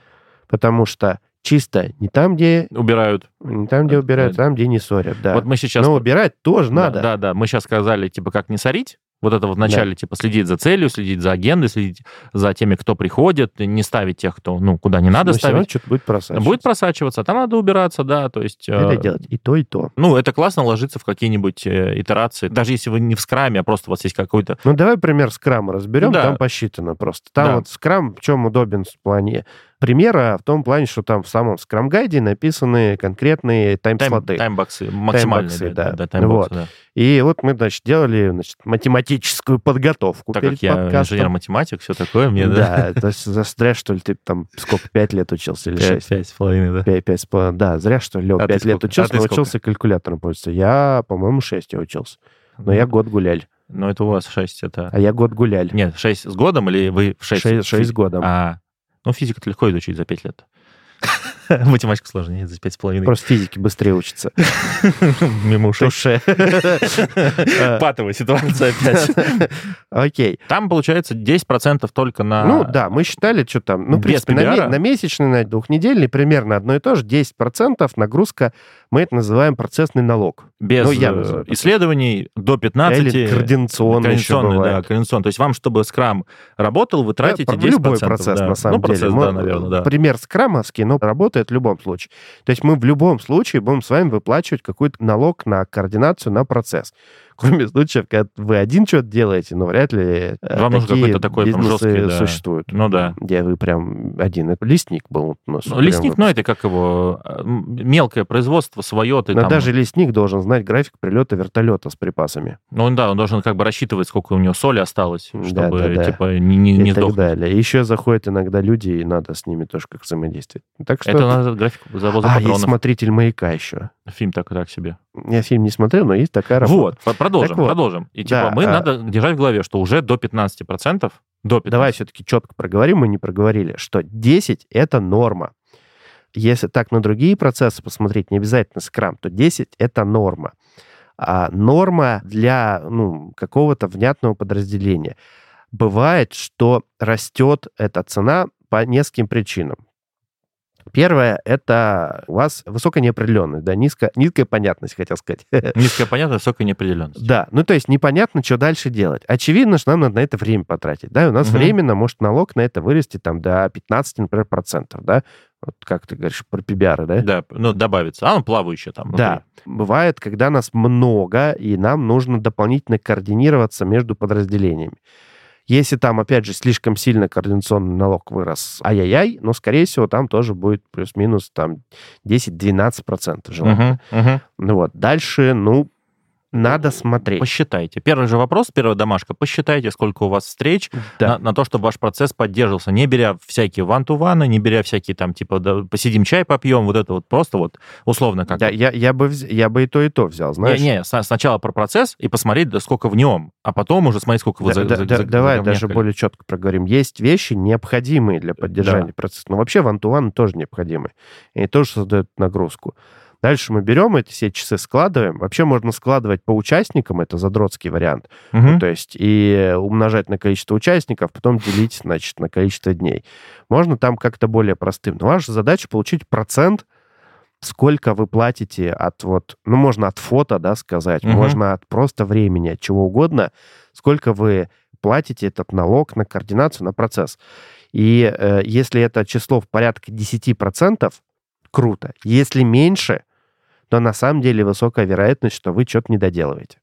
Speaker 1: Потому что чисто не там, где
Speaker 2: Убирают.
Speaker 1: Не там, где
Speaker 2: Э,
Speaker 1: убирают,
Speaker 2: э,
Speaker 1: там, где не ссорят, да.
Speaker 2: Вот мы сейчас...
Speaker 1: Но убирать тоже
Speaker 2: Да,
Speaker 1: надо.
Speaker 2: Да, да. Мы сейчас сказали, типа, как не сорить. Вот это вот вначале, типа, следить за целью, следить за агендой, следить за теми, кто приходит, не ставить тех, кто, ну, куда не надо
Speaker 1: Но всё равно
Speaker 2: ставить.
Speaker 1: что-то будет просаживаться.
Speaker 2: Будет просачиваться, а там надо убираться, да, то есть... э,
Speaker 1: Это делать и то, и то.
Speaker 2: Ну, это классно ложится в какие-нибудь э, итерации. Даже если вы не в скраме, а просто у вас есть какой-то...
Speaker 1: Ну, давай пример скрама разберем,
Speaker 2: Да.
Speaker 1: там посчитано просто. Там
Speaker 2: Да.
Speaker 1: вот скрам в чем удобен в плане примера, а в том плане, что там в самом скрам-гайде написаны конкретные
Speaker 2: Тайм,
Speaker 1: тайм-слоты.
Speaker 2: таймбоксы максимальные.
Speaker 1: Таймбоксы, да.
Speaker 2: таймбоксы, да.
Speaker 1: И вот мы, значит, делали значит, математическую подготовку
Speaker 2: Так
Speaker 1: перед
Speaker 2: как я
Speaker 1: подкастом.
Speaker 2: инженер-математик, все такое, мне...
Speaker 1: да, то есть застрял, что ли, ты там сколько, пять лет
Speaker 2: [laughs]
Speaker 1: учился или шесть?
Speaker 2: Пять пять с половиной, да.
Speaker 1: Пять, пять с половиной. Да, зря, что ли, Лёв,
Speaker 2: А ты
Speaker 1: пять лет
Speaker 2: сколько? А
Speaker 1: учился,
Speaker 2: ты сколько?
Speaker 1: научился калькулятором пользоваться. Я, по-моему, шесть я учился. Но я год гуляли.
Speaker 2: Ну, это у вас шесть, это...
Speaker 1: А я год гуляли.
Speaker 2: Нет, шесть с годом или вы в шесть?
Speaker 1: Шесть, шесть годом.
Speaker 2: А, ну, физику легко изучить за пять лет. [laughs] Математику сложнее, за пять с половиной.
Speaker 1: Просто физики быстрее учатся.
Speaker 2: [laughs] Мимо ушей.
Speaker 1: Туше.
Speaker 2: Патовая [laughs] ситуация опять.
Speaker 1: [laughs] Окей.
Speaker 2: Там, получается, 10% только на...
Speaker 1: Ну да, мы считали, что там, ну, в
Speaker 2: А. без
Speaker 1: принципе, на, ме-
Speaker 2: PBR?
Speaker 1: на месячный, на двухнедельный примерно одно и то же, 10% нагрузка, мы это называем процессный налог.
Speaker 2: без
Speaker 1: Ну, я
Speaker 2: э,
Speaker 1: называю так.
Speaker 2: исследований до 15.
Speaker 1: Или координационный еще
Speaker 2: Координационный, да,
Speaker 1: бывает.
Speaker 2: координационный. То есть вам, чтобы скрам работал, вы тратите
Speaker 1: Да, ну,
Speaker 2: 10%.
Speaker 1: любой процесс,
Speaker 2: да.
Speaker 1: на самом
Speaker 2: ну, процесс,
Speaker 1: деле.
Speaker 2: да,
Speaker 1: Мон-
Speaker 2: наверное, да.
Speaker 1: Пример скрамовский, но работает в любом случае. То есть мы в любом случае будем с вами выплачивать какой-то налог на координацию, на процесс. [laughs] Кроме случаев, когда вы один что-то делаете, но вряд ли э,
Speaker 2: Вам нужен
Speaker 1: такие
Speaker 2: какой-то такой прям
Speaker 1: бизнесы
Speaker 2: жесткий, да.
Speaker 1: существуют.
Speaker 2: Ну да.
Speaker 1: Где вы прям один. Это лесник был у нас.
Speaker 2: Ну,
Speaker 1: прям
Speaker 2: лесник,
Speaker 1: вот.
Speaker 2: ну это как его, э, м- мелкое производство свое, ты
Speaker 1: Но
Speaker 2: там...
Speaker 1: даже лесник должен знать график прилета вертолета с припасами
Speaker 2: Ну он, да, он должен как бы рассчитывать, сколько у него соли осталось,
Speaker 1: Да,
Speaker 2: чтобы
Speaker 1: да, да.
Speaker 2: типа не, не,
Speaker 1: и
Speaker 2: не
Speaker 1: так
Speaker 2: сдохнуть.
Speaker 1: далее. Еще заходят иногда люди, и надо с ними тоже как взаимодействовать. Так что...
Speaker 2: Это надо график завоза
Speaker 1: а, есть
Speaker 2: патронов.
Speaker 1: смотритель маяка еще.
Speaker 2: Фильм так так себе.
Speaker 1: Я фильм не смотрел, но есть такая работа.
Speaker 2: Вот, п- продолжим,
Speaker 1: Так вот.
Speaker 2: продолжим. И типа
Speaker 1: Да,
Speaker 2: мы
Speaker 1: а-
Speaker 2: надо держать в голове, что уже до 15%, до 15%.
Speaker 1: Давай все-таки четко проговорим, мы не проговорили, что 10 — это норма. Если так на другие процессы посмотреть, не обязательно скрам, то 10 — это норма. А норма для ну, какого-то внятного подразделения. Бывает, что растет эта цена по нескольким причинам. Первое — это у вас высокая неопределенность, да, низкая, низкая понятность, хотел сказать. [laughs]
Speaker 2: Низкая понятная, высокая неопределенность.
Speaker 1: Да, ну то есть непонятно, что дальше делать. Очевидно, что нам надо на это время потратить, да, и у нас
Speaker 2: Мгм.
Speaker 1: временно может налог на это вырасти там до 15, например, процентов, да, вот как ты говоришь про PBR, да?
Speaker 2: Да, ну, добавится. А он плавающий там. внутри.
Speaker 1: Да. Бывает, когда нас много, и нам нужно дополнительно координироваться между подразделениями. Если там, опять же, слишком сильно координационный налог вырос, ай-яй-яй, но, скорее всего, там тоже будет плюс-минус там 10-12% желательно.
Speaker 2: Мгм, мгм.
Speaker 1: Ну вот, дальше, ну, надо смотреть.
Speaker 2: Посчитайте. Первый же вопрос, первая домашка. Посчитайте, сколько у вас встреч
Speaker 1: Да.
Speaker 2: на, на то, чтобы ваш процесс поддерживался, не беря всякие ван ту ваны не беря всякие там, типа, да, посидим чай попьем, вот это вот просто вот условно как.
Speaker 1: Да, я, я, бы, вз- я бы и то, и то взял,
Speaker 2: Не,
Speaker 1: знаешь.
Speaker 2: не, сна- сначала про процесс и посмотреть, да, сколько в нем, а потом уже смотреть, сколько вы
Speaker 1: Да-
Speaker 2: за-
Speaker 1: да-
Speaker 2: за-
Speaker 1: да-
Speaker 2: за-
Speaker 1: давай даже
Speaker 2: загомнякали.
Speaker 1: более четко проговорим. Есть вещи,
Speaker 2: Э,
Speaker 1: необходимые для поддержания процесса. Но вообще вантуаны тоже необходимы. И тоже создают нагрузку. Дальше мы берем эти все часы, складываем. Вообще можно складывать по участникам, это задротский вариант.
Speaker 2: Мгм.
Speaker 1: То есть и умножать на количество участников, потом делить, значит, на количество дней. Можно там как-то более простым. Но ваша задача получить процент, сколько вы платите от вот, ну, можно от фото, да, сказать,
Speaker 2: Мгм.
Speaker 1: можно от просто времени, от чего угодно, сколько вы платите этот налог на координацию, на процесс. И э, если это число в порядке 10%, круто. Если меньше, то на самом деле высокая вероятность, что вы что-то не доделываете.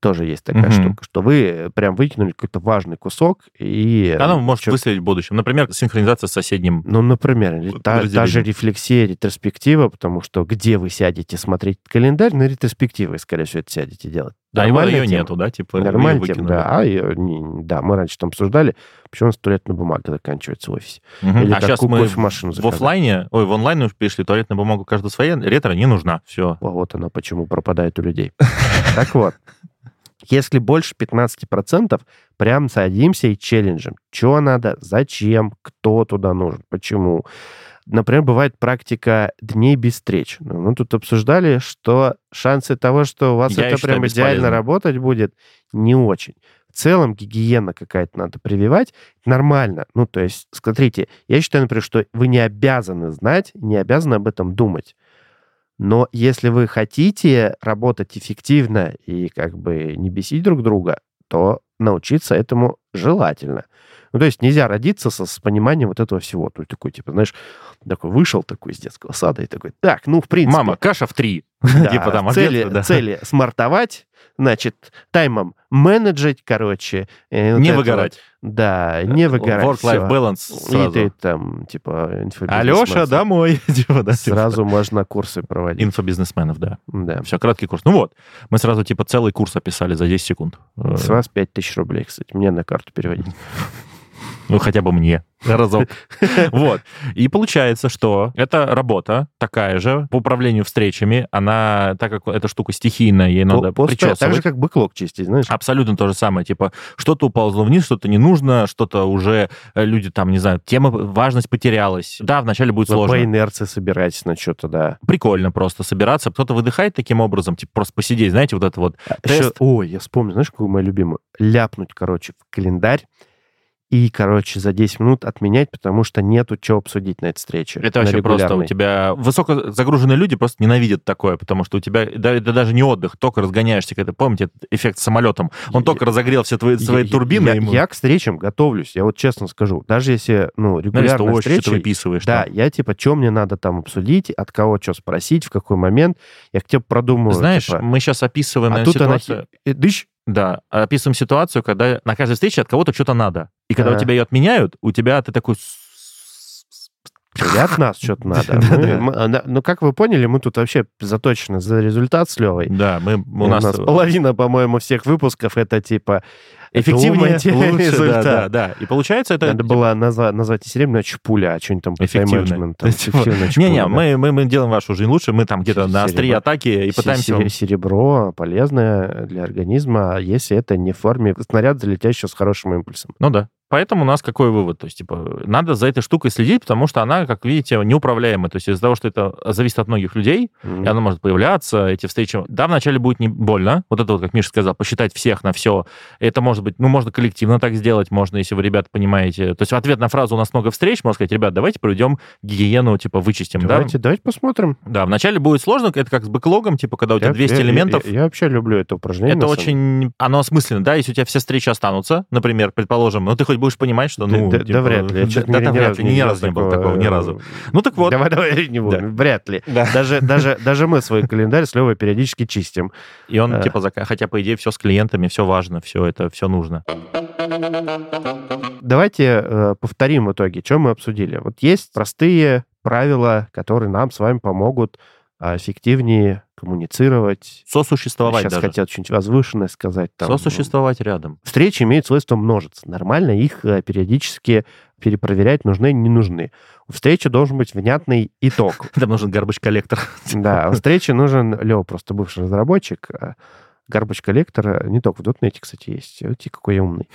Speaker 1: Тоже есть такая
Speaker 2: Мгм.
Speaker 1: штука, что вы э, прям выкинули какой-то важный кусок и... э,
Speaker 2: Она ну, может
Speaker 1: чё-
Speaker 2: выстрелить в будущем. Например, синхронизация с соседним.
Speaker 1: Ну, например, ре- та,
Speaker 2: подразделение.
Speaker 1: та же рефлексия, ретроспектива, потому что где вы сядете смотреть календарь, на ретроспективы, скорее всего, это сядете делать.
Speaker 2: Да, его-
Speaker 1: Нормальная
Speaker 2: ее
Speaker 1: тема.
Speaker 2: нету, да, типа. ее
Speaker 1: Нормально,
Speaker 2: выкинули.
Speaker 1: да. А, её не- да, мы раньше там обсуждали, почему у нас туалетная бумага заканчивается в офисе.
Speaker 2: Мгм.
Speaker 1: Или
Speaker 2: А
Speaker 1: как
Speaker 2: сейчас мы
Speaker 1: кофемашину
Speaker 2: в
Speaker 1: заказать.
Speaker 2: офлайне, ой, в онлайн уж перешли, туалетная бумага каждая своя, ретро не нужна, все.
Speaker 1: А вот она почему пропадает у
Speaker 2: [laughs]
Speaker 1: людей. Так вот, если больше 15%, прям садимся и челленджим. Чего надо, зачем, кто туда нужен, почему. Например, бывает практика дней без встреч. Ну, мы тут обсуждали, что шансы того, что у вас
Speaker 2: Я
Speaker 1: это
Speaker 2: считаю,
Speaker 1: прям идеально
Speaker 2: бесполезно.
Speaker 1: работать будет, не очень. В целом гигиена какая-то надо прививать. Нормально. Ну, то есть, смотрите, я считаю, например, что вы не обязаны знать, не обязаны об этом думать. Но если вы хотите работать эффективно и как бы не бесить друг друга, то научиться этому желательно. Ну, то есть нельзя родиться со, с пониманием вот этого всего. То есть такой, типа, знаешь, такой вышел такой из детского сада и такой, так, ну, в принципе... [laughs]
Speaker 2: Мама, каша в три.
Speaker 1: да,
Speaker 2: типа там, от
Speaker 1: цели,
Speaker 2: детства, да.
Speaker 1: цели смартовать, значит, таймом менеджить, короче. э, вот
Speaker 2: Не
Speaker 1: это
Speaker 2: выгорать. Э,
Speaker 1: вот. Да, не выгорать.
Speaker 2: Work-life
Speaker 1: всё.
Speaker 2: balance
Speaker 1: И ты
Speaker 2: сразу.
Speaker 1: там, типа, инфобизнесмен.
Speaker 2: Алеша, домой. [laughs] Типа, да, типа.
Speaker 1: Сразу можно курсы проводить.
Speaker 2: Инфобизнесменов, да.
Speaker 1: Да.
Speaker 2: Все, краткий курс. Ну вот, мы сразу типа целый курс описали за 10 секунд. Э,
Speaker 1: С вас 5000 рублей, кстати, мне на карту переводить.
Speaker 2: Ну, хотя бы мне. Разок. [laughs] Вот. И получается, что эта работа такая же по управлению встречами. Она, так как эта штука стихийная, ей надо
Speaker 1: По- по- Так же,
Speaker 2: причесывать.
Speaker 1: как быклок чистить, знаешь.
Speaker 2: Абсолютно то же самое. Типа, что-то уползло вниз, что-то не нужно, что-то уже э, люди там, не знаю, тема, важность потерялась. Да, вначале будет
Speaker 1: Но
Speaker 2: сложно.
Speaker 1: по инерции собирать на что-то, да.
Speaker 2: Прикольно просто собираться. Кто-то выдыхает таким образом, типа просто посидеть, знаете, вот это вот.
Speaker 1: Ещё-
Speaker 2: А, Тест.
Speaker 1: ой, я вспомнил, знаешь, какую мою любимую? Ляпнуть, короче, в календарь и, короче, за 10 минут отменять, потому что нету чего обсудить на этой встрече.
Speaker 2: Это
Speaker 1: на
Speaker 2: вообще просто у
Speaker 1: регулярной.
Speaker 2: тебя... Высокозагруженные люди просто ненавидят такое, потому что у тебя... Да, это даже не отдых, только разгоняешься. Когда, помните этот эффект с самолетом? Он
Speaker 1: Я-
Speaker 2: только разогрел все твои,
Speaker 1: Я-
Speaker 2: свои
Speaker 1: я-
Speaker 2: турбины.
Speaker 1: Я,
Speaker 2: ему.
Speaker 1: я к встречам готовлюсь, я вот честно скажу. Даже если, ну,
Speaker 2: Знаешь, что,
Speaker 1: регулярная
Speaker 2: ой, что ты
Speaker 1: встреча,
Speaker 2: выписываешь.
Speaker 1: Да,
Speaker 2: там.
Speaker 1: я типа, что мне надо там обсудить, от кого что спросить, в какой момент. Я к тебе продумываю.
Speaker 2: Знаешь,
Speaker 1: типа,
Speaker 2: мы сейчас описываем
Speaker 1: а
Speaker 2: э,
Speaker 1: тут она...
Speaker 2: ситуацию...
Speaker 1: хи- э, дыщ,
Speaker 2: Да, описываем ситуацию, когда на каждой встрече от кого-то что-то надо. И когда
Speaker 1: Да.
Speaker 2: у тебя ее отменяют, у тебя ты такой... с-
Speaker 1: Или от нас что-то надо.
Speaker 2: Да,
Speaker 1: Мы-
Speaker 2: да.
Speaker 1: мы- она- Ну, как вы поняли, мы тут вообще заточены за результат с Левой.
Speaker 2: Да, мы, у, нас... э,
Speaker 1: половина, по-моему, всех выпусков это типа [laughs]
Speaker 2: эффективнее,
Speaker 1: думайте
Speaker 2: лучше, да,
Speaker 1: результат.
Speaker 2: да, да. И получается это...
Speaker 1: Надо было назва- назвать не серебряную, а чпуля, а что-нибудь там по
Speaker 2: Эффективная.
Speaker 1: тайм-менеджменту.
Speaker 2: [laughs] То есть,
Speaker 1: Эффективная чпуля,
Speaker 2: Типа, Не-не,
Speaker 1: да.
Speaker 2: мы, мы, мы делаем вашу жизнь лучше, мы там где-то на острие
Speaker 1: Серебро.
Speaker 2: атаки и
Speaker 1: Се-
Speaker 2: пытаемся...
Speaker 1: сере-
Speaker 2: вам-
Speaker 1: Серебро полезное для организма, а если это не в форме снаряда, летящего с хорошим импульсом.
Speaker 2: Ну да. Поэтому у нас какой вывод? То есть, типа, надо за этой штукой следить, потому что она, как видите, неуправляемая. То есть из-за того, что это зависит от многих людей, и она может появляться, эти встречи... Да, вначале будет не больно, вот это вот, как Миша сказал, посчитать всех на все. Это может быть, ну, можно коллективно так сделать, можно, если вы, ребята, понимаете. То есть в ответ на фразу «у нас много встреч» можно сказать, ребят, давайте проведем гигиену, типа, вычистим, да?
Speaker 1: Давайте, давайте посмотрим.
Speaker 2: Да, вначале будет сложно, это как с бэклогом, типа, когда у тебя
Speaker 1: Я-
Speaker 2: 200
Speaker 1: я- я-
Speaker 2: элементов,
Speaker 1: Я, вообще люблю это упражнение.
Speaker 2: Это
Speaker 1: Ну, на самом деле.
Speaker 2: очень... Оно осмысленно, да? Если у тебя все встречи останутся, например, предположим, ну ты хоть будешь понимать, что...
Speaker 1: Да-
Speaker 2: Ну,
Speaker 1: да,
Speaker 2: типа,
Speaker 1: да вряд
Speaker 2: [laughs]
Speaker 1: ли. Я
Speaker 2: Да,
Speaker 1: честно
Speaker 2: да,
Speaker 1: говоря, ни
Speaker 2: вряд ли. Ни разу не было такого, ни разу. Ну так вот.
Speaker 1: э, Давай, давай, не будем.
Speaker 2: Да.
Speaker 1: Вряд ли.
Speaker 2: Да.
Speaker 1: Даже, даже, [laughs] даже мы свой календарь с Левой периодически чистим.
Speaker 2: И он,
Speaker 1: Да.
Speaker 2: типа, зака- хотя, по идее, все с клиентами, все важно, все это, все нужно.
Speaker 1: Давайте э, повторим в итоге, что мы обсудили. Вот есть простые правила, которые нам с вами помогут э, эффективнее коммуницировать.
Speaker 2: Сосуществовать
Speaker 1: Сейчас
Speaker 2: даже.
Speaker 1: хотят что-нибудь возвышенное сказать. Там, ну.
Speaker 2: Сосуществовать рядом. [laughs]
Speaker 1: встречи имеют свойство множиться. Нормально их э, периодически перепроверять, нужны, не нужны. У встречи должен быть внятный итог.
Speaker 2: [laughs] Там нужен гарбыч-коллектор.
Speaker 1: а Да, у встречи нужен Лева, просто бывший разработчик, э, Garbage коллектора э, не только в дотнете, кстати, есть. Вот и какой я умный.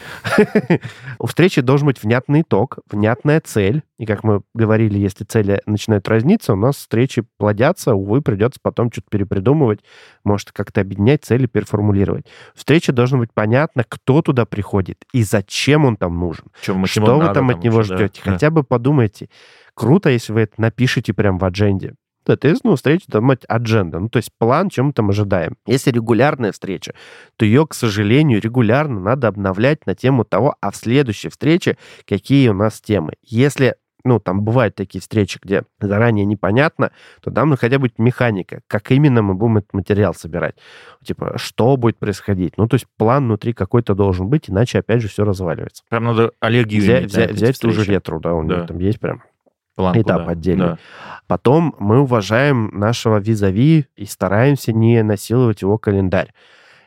Speaker 1: [laughs] У встречи должен быть внятный итог, внятная цель. И как мы говорили, если цели начинают разниться, у нас встречи плодятся, увы, придется потом что-то перепридумывать, может, как-то объединять цели, переформулировать. Встреча должна быть понятно, кто туда приходит и зачем он там нужен.
Speaker 2: Чё, ему
Speaker 1: Что вы
Speaker 2: надо
Speaker 1: там от него
Speaker 2: вообще, да,
Speaker 1: ждете?
Speaker 2: да.
Speaker 1: Хотя бы подумайте. Круто, если вы это напишите прям в адженде. Соответственно, ну, встреча должна быть адженда, ну, то есть план, чем мы там ожидаем. Если регулярная встреча, то ее, к сожалению, регулярно надо обновлять на тему того, а в следующей встрече какие у нас темы. Если ну, там бывают такие встречи, где заранее непонятно, то там ну, хотя бы механика, как именно мы будем этот материал собирать. Типа, что будет происходить. Ну, то есть план внутри какой-то должен быть, иначе, опять же, все разваливается.
Speaker 2: Прям надо аллергию
Speaker 1: Взя-
Speaker 2: иметь на
Speaker 1: взя-
Speaker 2: эти
Speaker 1: взять ту же
Speaker 2: встречи.
Speaker 1: ретру, да, у них
Speaker 2: Да.
Speaker 1: там есть прям
Speaker 2: Планку,
Speaker 1: этап
Speaker 2: да,
Speaker 1: отдельный.
Speaker 2: да.
Speaker 1: Потом мы уважаем нашего визави и стараемся не насиловать его календарь.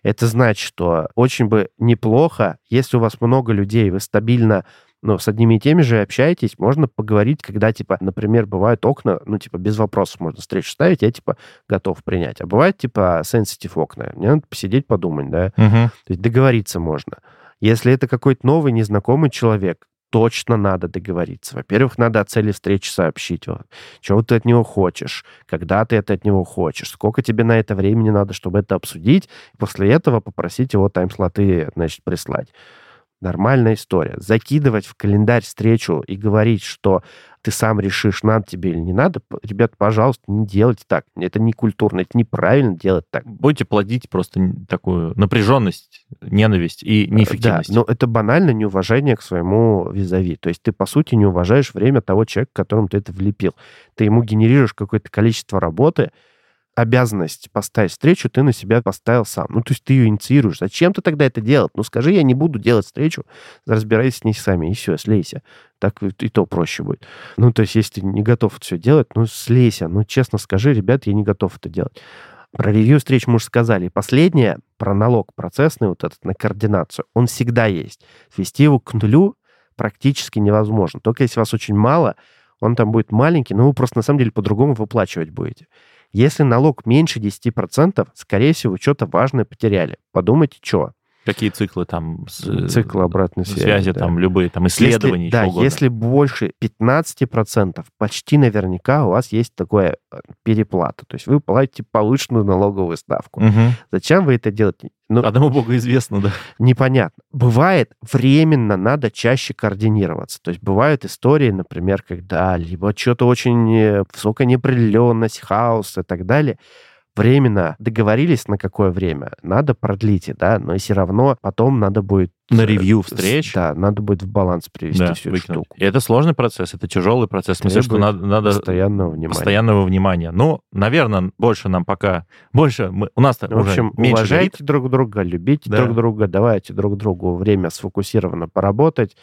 Speaker 1: Это значит, что очень бы неплохо, если у вас много людей, вы стабильно ну, с одними и теми же общаетесь, можно поговорить, когда, типа, например, бывают окна, ну, типа, без вопросов можно встречу ставить, я, типа, готов принять. А бывает, типа, sensitive окна. Мне надо посидеть, подумать, да.
Speaker 2: Мгм.
Speaker 1: То есть договориться можно. Если это какой-то новый, незнакомый человек, точно надо договориться. Во-первых, надо о цели встречи сообщить. Вот, Чего ты от него хочешь? Когда ты это от него хочешь? Сколько тебе на это времени надо, чтобы это обсудить? И после этого попросить его таймслоты, значит, прислать. Нормальная история. Закидывать в календарь встречу и говорить, что ты сам решишь, надо тебе или не надо, п- ребят, пожалуйста, не делайте так. Это не культурно, это неправильно делать так.
Speaker 2: Будете плодить просто н- такую напряженность, ненависть и неэффективность.
Speaker 1: Э, Да, ну, но это банально неуважение к своему визави. То есть ты, по сути, не уважаешь время того человека, которому ты это влепил. Ты ему генерируешь какое-то количество работы, обязанность поставить встречу ты на себя поставил сам. Ну, то есть ты ее инициируешь. Зачем ты тогда это делать? Ну, скажи, я не буду делать встречу, разбирайся с ней сами, и все, слейся. Так и и то проще будет. Ну, то есть если ты не готов это все делать, ну, слейся. Ну, честно скажи, ребят, я не готов это делать. Про ревью встреч мы уже сказали. И Последнее, про налог процессный, вот этот на координацию, он всегда есть. Свести его к нулю практически невозможно. Только если вас очень мало, он там будет маленький, но вы просто на самом деле по-другому выплачивать будете. Если налог меньше 10%, скорее всего, что-то важное потеряли. Подумайте, что.
Speaker 2: Какие циклы там? с-
Speaker 1: Цикл обратной связи.
Speaker 2: э, связи,
Speaker 1: да.
Speaker 2: там любые, там
Speaker 1: Если-
Speaker 2: исследования,
Speaker 1: да,
Speaker 2: чего угодно.
Speaker 1: если больше 15%, почти наверняка у вас есть такое э, переплата. То есть вы платите повышенную налоговую ставку.
Speaker 2: Мгм.
Speaker 1: Зачем вы это делаете? Ну,
Speaker 2: Одному богу известно,
Speaker 1: [laughs]
Speaker 2: да.
Speaker 1: непонятно. Бывает, временно надо чаще координироваться. То есть бывают истории, например, когда либо что-то очень э, высокая неопределенность, хаос и так далее. Временно договорились на какое время, надо продлите, да, но и все равно потом надо будет...
Speaker 2: На
Speaker 1: э,
Speaker 2: ревью
Speaker 1: с-
Speaker 2: встреч.
Speaker 1: Да, надо будет в баланс привести
Speaker 2: Да,
Speaker 1: всю эту
Speaker 2: выкинуть.
Speaker 1: штуку.
Speaker 2: И это сложный процесс, это тяжелый процесс. В смысле, что
Speaker 1: Требует
Speaker 2: надо, надо
Speaker 1: Постоянного внимания.
Speaker 2: постоянного внимания. Ну, наверное, больше нам пока... Больше мы, у нас-то
Speaker 1: В общем,
Speaker 2: уже меньше
Speaker 1: уважайте
Speaker 2: горит.
Speaker 1: друг друга, любите
Speaker 2: Да.
Speaker 1: друг друга, давайте друг другу время сфокусированно поработать,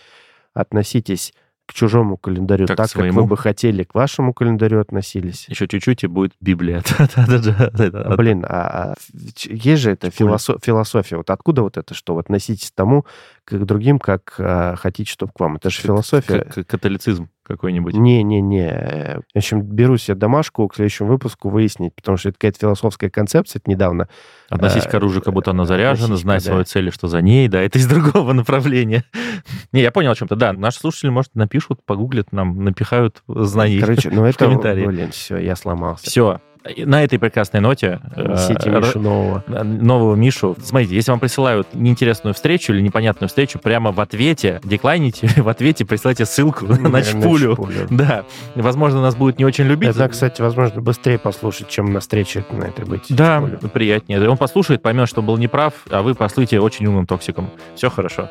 Speaker 1: относитесь к чужому календарю
Speaker 2: Как к
Speaker 1: так, как вы
Speaker 2: своему.
Speaker 1: бы хотели к вашему календарю относились.
Speaker 2: Еще чуть-чуть, и будет Библия. [laughs] Да-да-да.
Speaker 1: А, Блин, а, а в- ч- есть же это
Speaker 2: Школьный.
Speaker 1: филосо- философия. Вот откуда вот это, что вы относитесь к тому, как к другим, как а, хотите, чтобы к вам. Это же философия.
Speaker 2: К- к- Католицизм какой-нибудь.
Speaker 1: Не-не-не. В общем, беру себе домашку к следующему выпуску выяснить, потому что это какая-то философская концепция, это недавно
Speaker 2: Относись
Speaker 1: Э,
Speaker 2: к оружию, как будто оно
Speaker 1: э,
Speaker 2: заряжено,
Speaker 1: относись,
Speaker 2: знай
Speaker 1: да.
Speaker 2: свою цель, и что за ней, да, это из [laughs] другого направления. Не, я понял о чем-то. Да, наши слушатели, может, напишут, погуглят нам, напихают знаний.
Speaker 1: Короче,
Speaker 2: [laughs]
Speaker 1: ну это,
Speaker 2: комментарии.
Speaker 1: блин, все, я сломался.
Speaker 2: Все. На этой прекрасной ноте э,
Speaker 1: Несите
Speaker 2: р-
Speaker 1: Мишу
Speaker 2: [laughs]
Speaker 1: нового.
Speaker 2: нового Мишу. Смотрите, если вам присылают неинтересную встречу или непонятную встречу, прямо в ответе деклайните, [laughs] в ответе присылайте ссылку
Speaker 1: Ну,
Speaker 2: на шпулю. Да, возможно, нас будут не очень любить.
Speaker 1: Это, кстати, возможно, быстрее послушать, чем на встрече на этой быть.
Speaker 2: Да,
Speaker 1: Шпулю.
Speaker 2: приятнее. Он послушает, поймет, что был неправ, а вы послите очень умным токсиком. Все хорошо.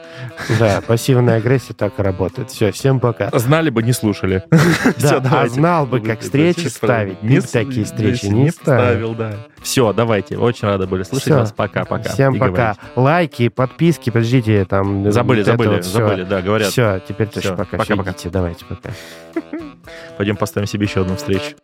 Speaker 1: Да, пассивная агрессия так и работает. Все, всем пока.
Speaker 2: Знали бы,
Speaker 1: [laughs]
Speaker 2: не слушали.
Speaker 1: Да,
Speaker 2: Все,
Speaker 1: а
Speaker 2: давайте.
Speaker 1: знал бы, как встречи ставить. Ты бы такие встречи не ставил.
Speaker 2: да. Все, давайте. Очень рада были слышать
Speaker 1: Всё.
Speaker 2: вас. Пока-пока.
Speaker 1: Всем
Speaker 2: И
Speaker 1: пока.
Speaker 2: говорите.
Speaker 1: Лайки, подписки, подождите, там...
Speaker 2: Забыли, забыли, забыли, да, говорят.
Speaker 1: Все, теперь точно
Speaker 2: Всё,
Speaker 1: пока. Всё,
Speaker 2: пока-пока.
Speaker 1: идите, Давайте, пока.
Speaker 2: Пойдем поставим себе еще одну встречу.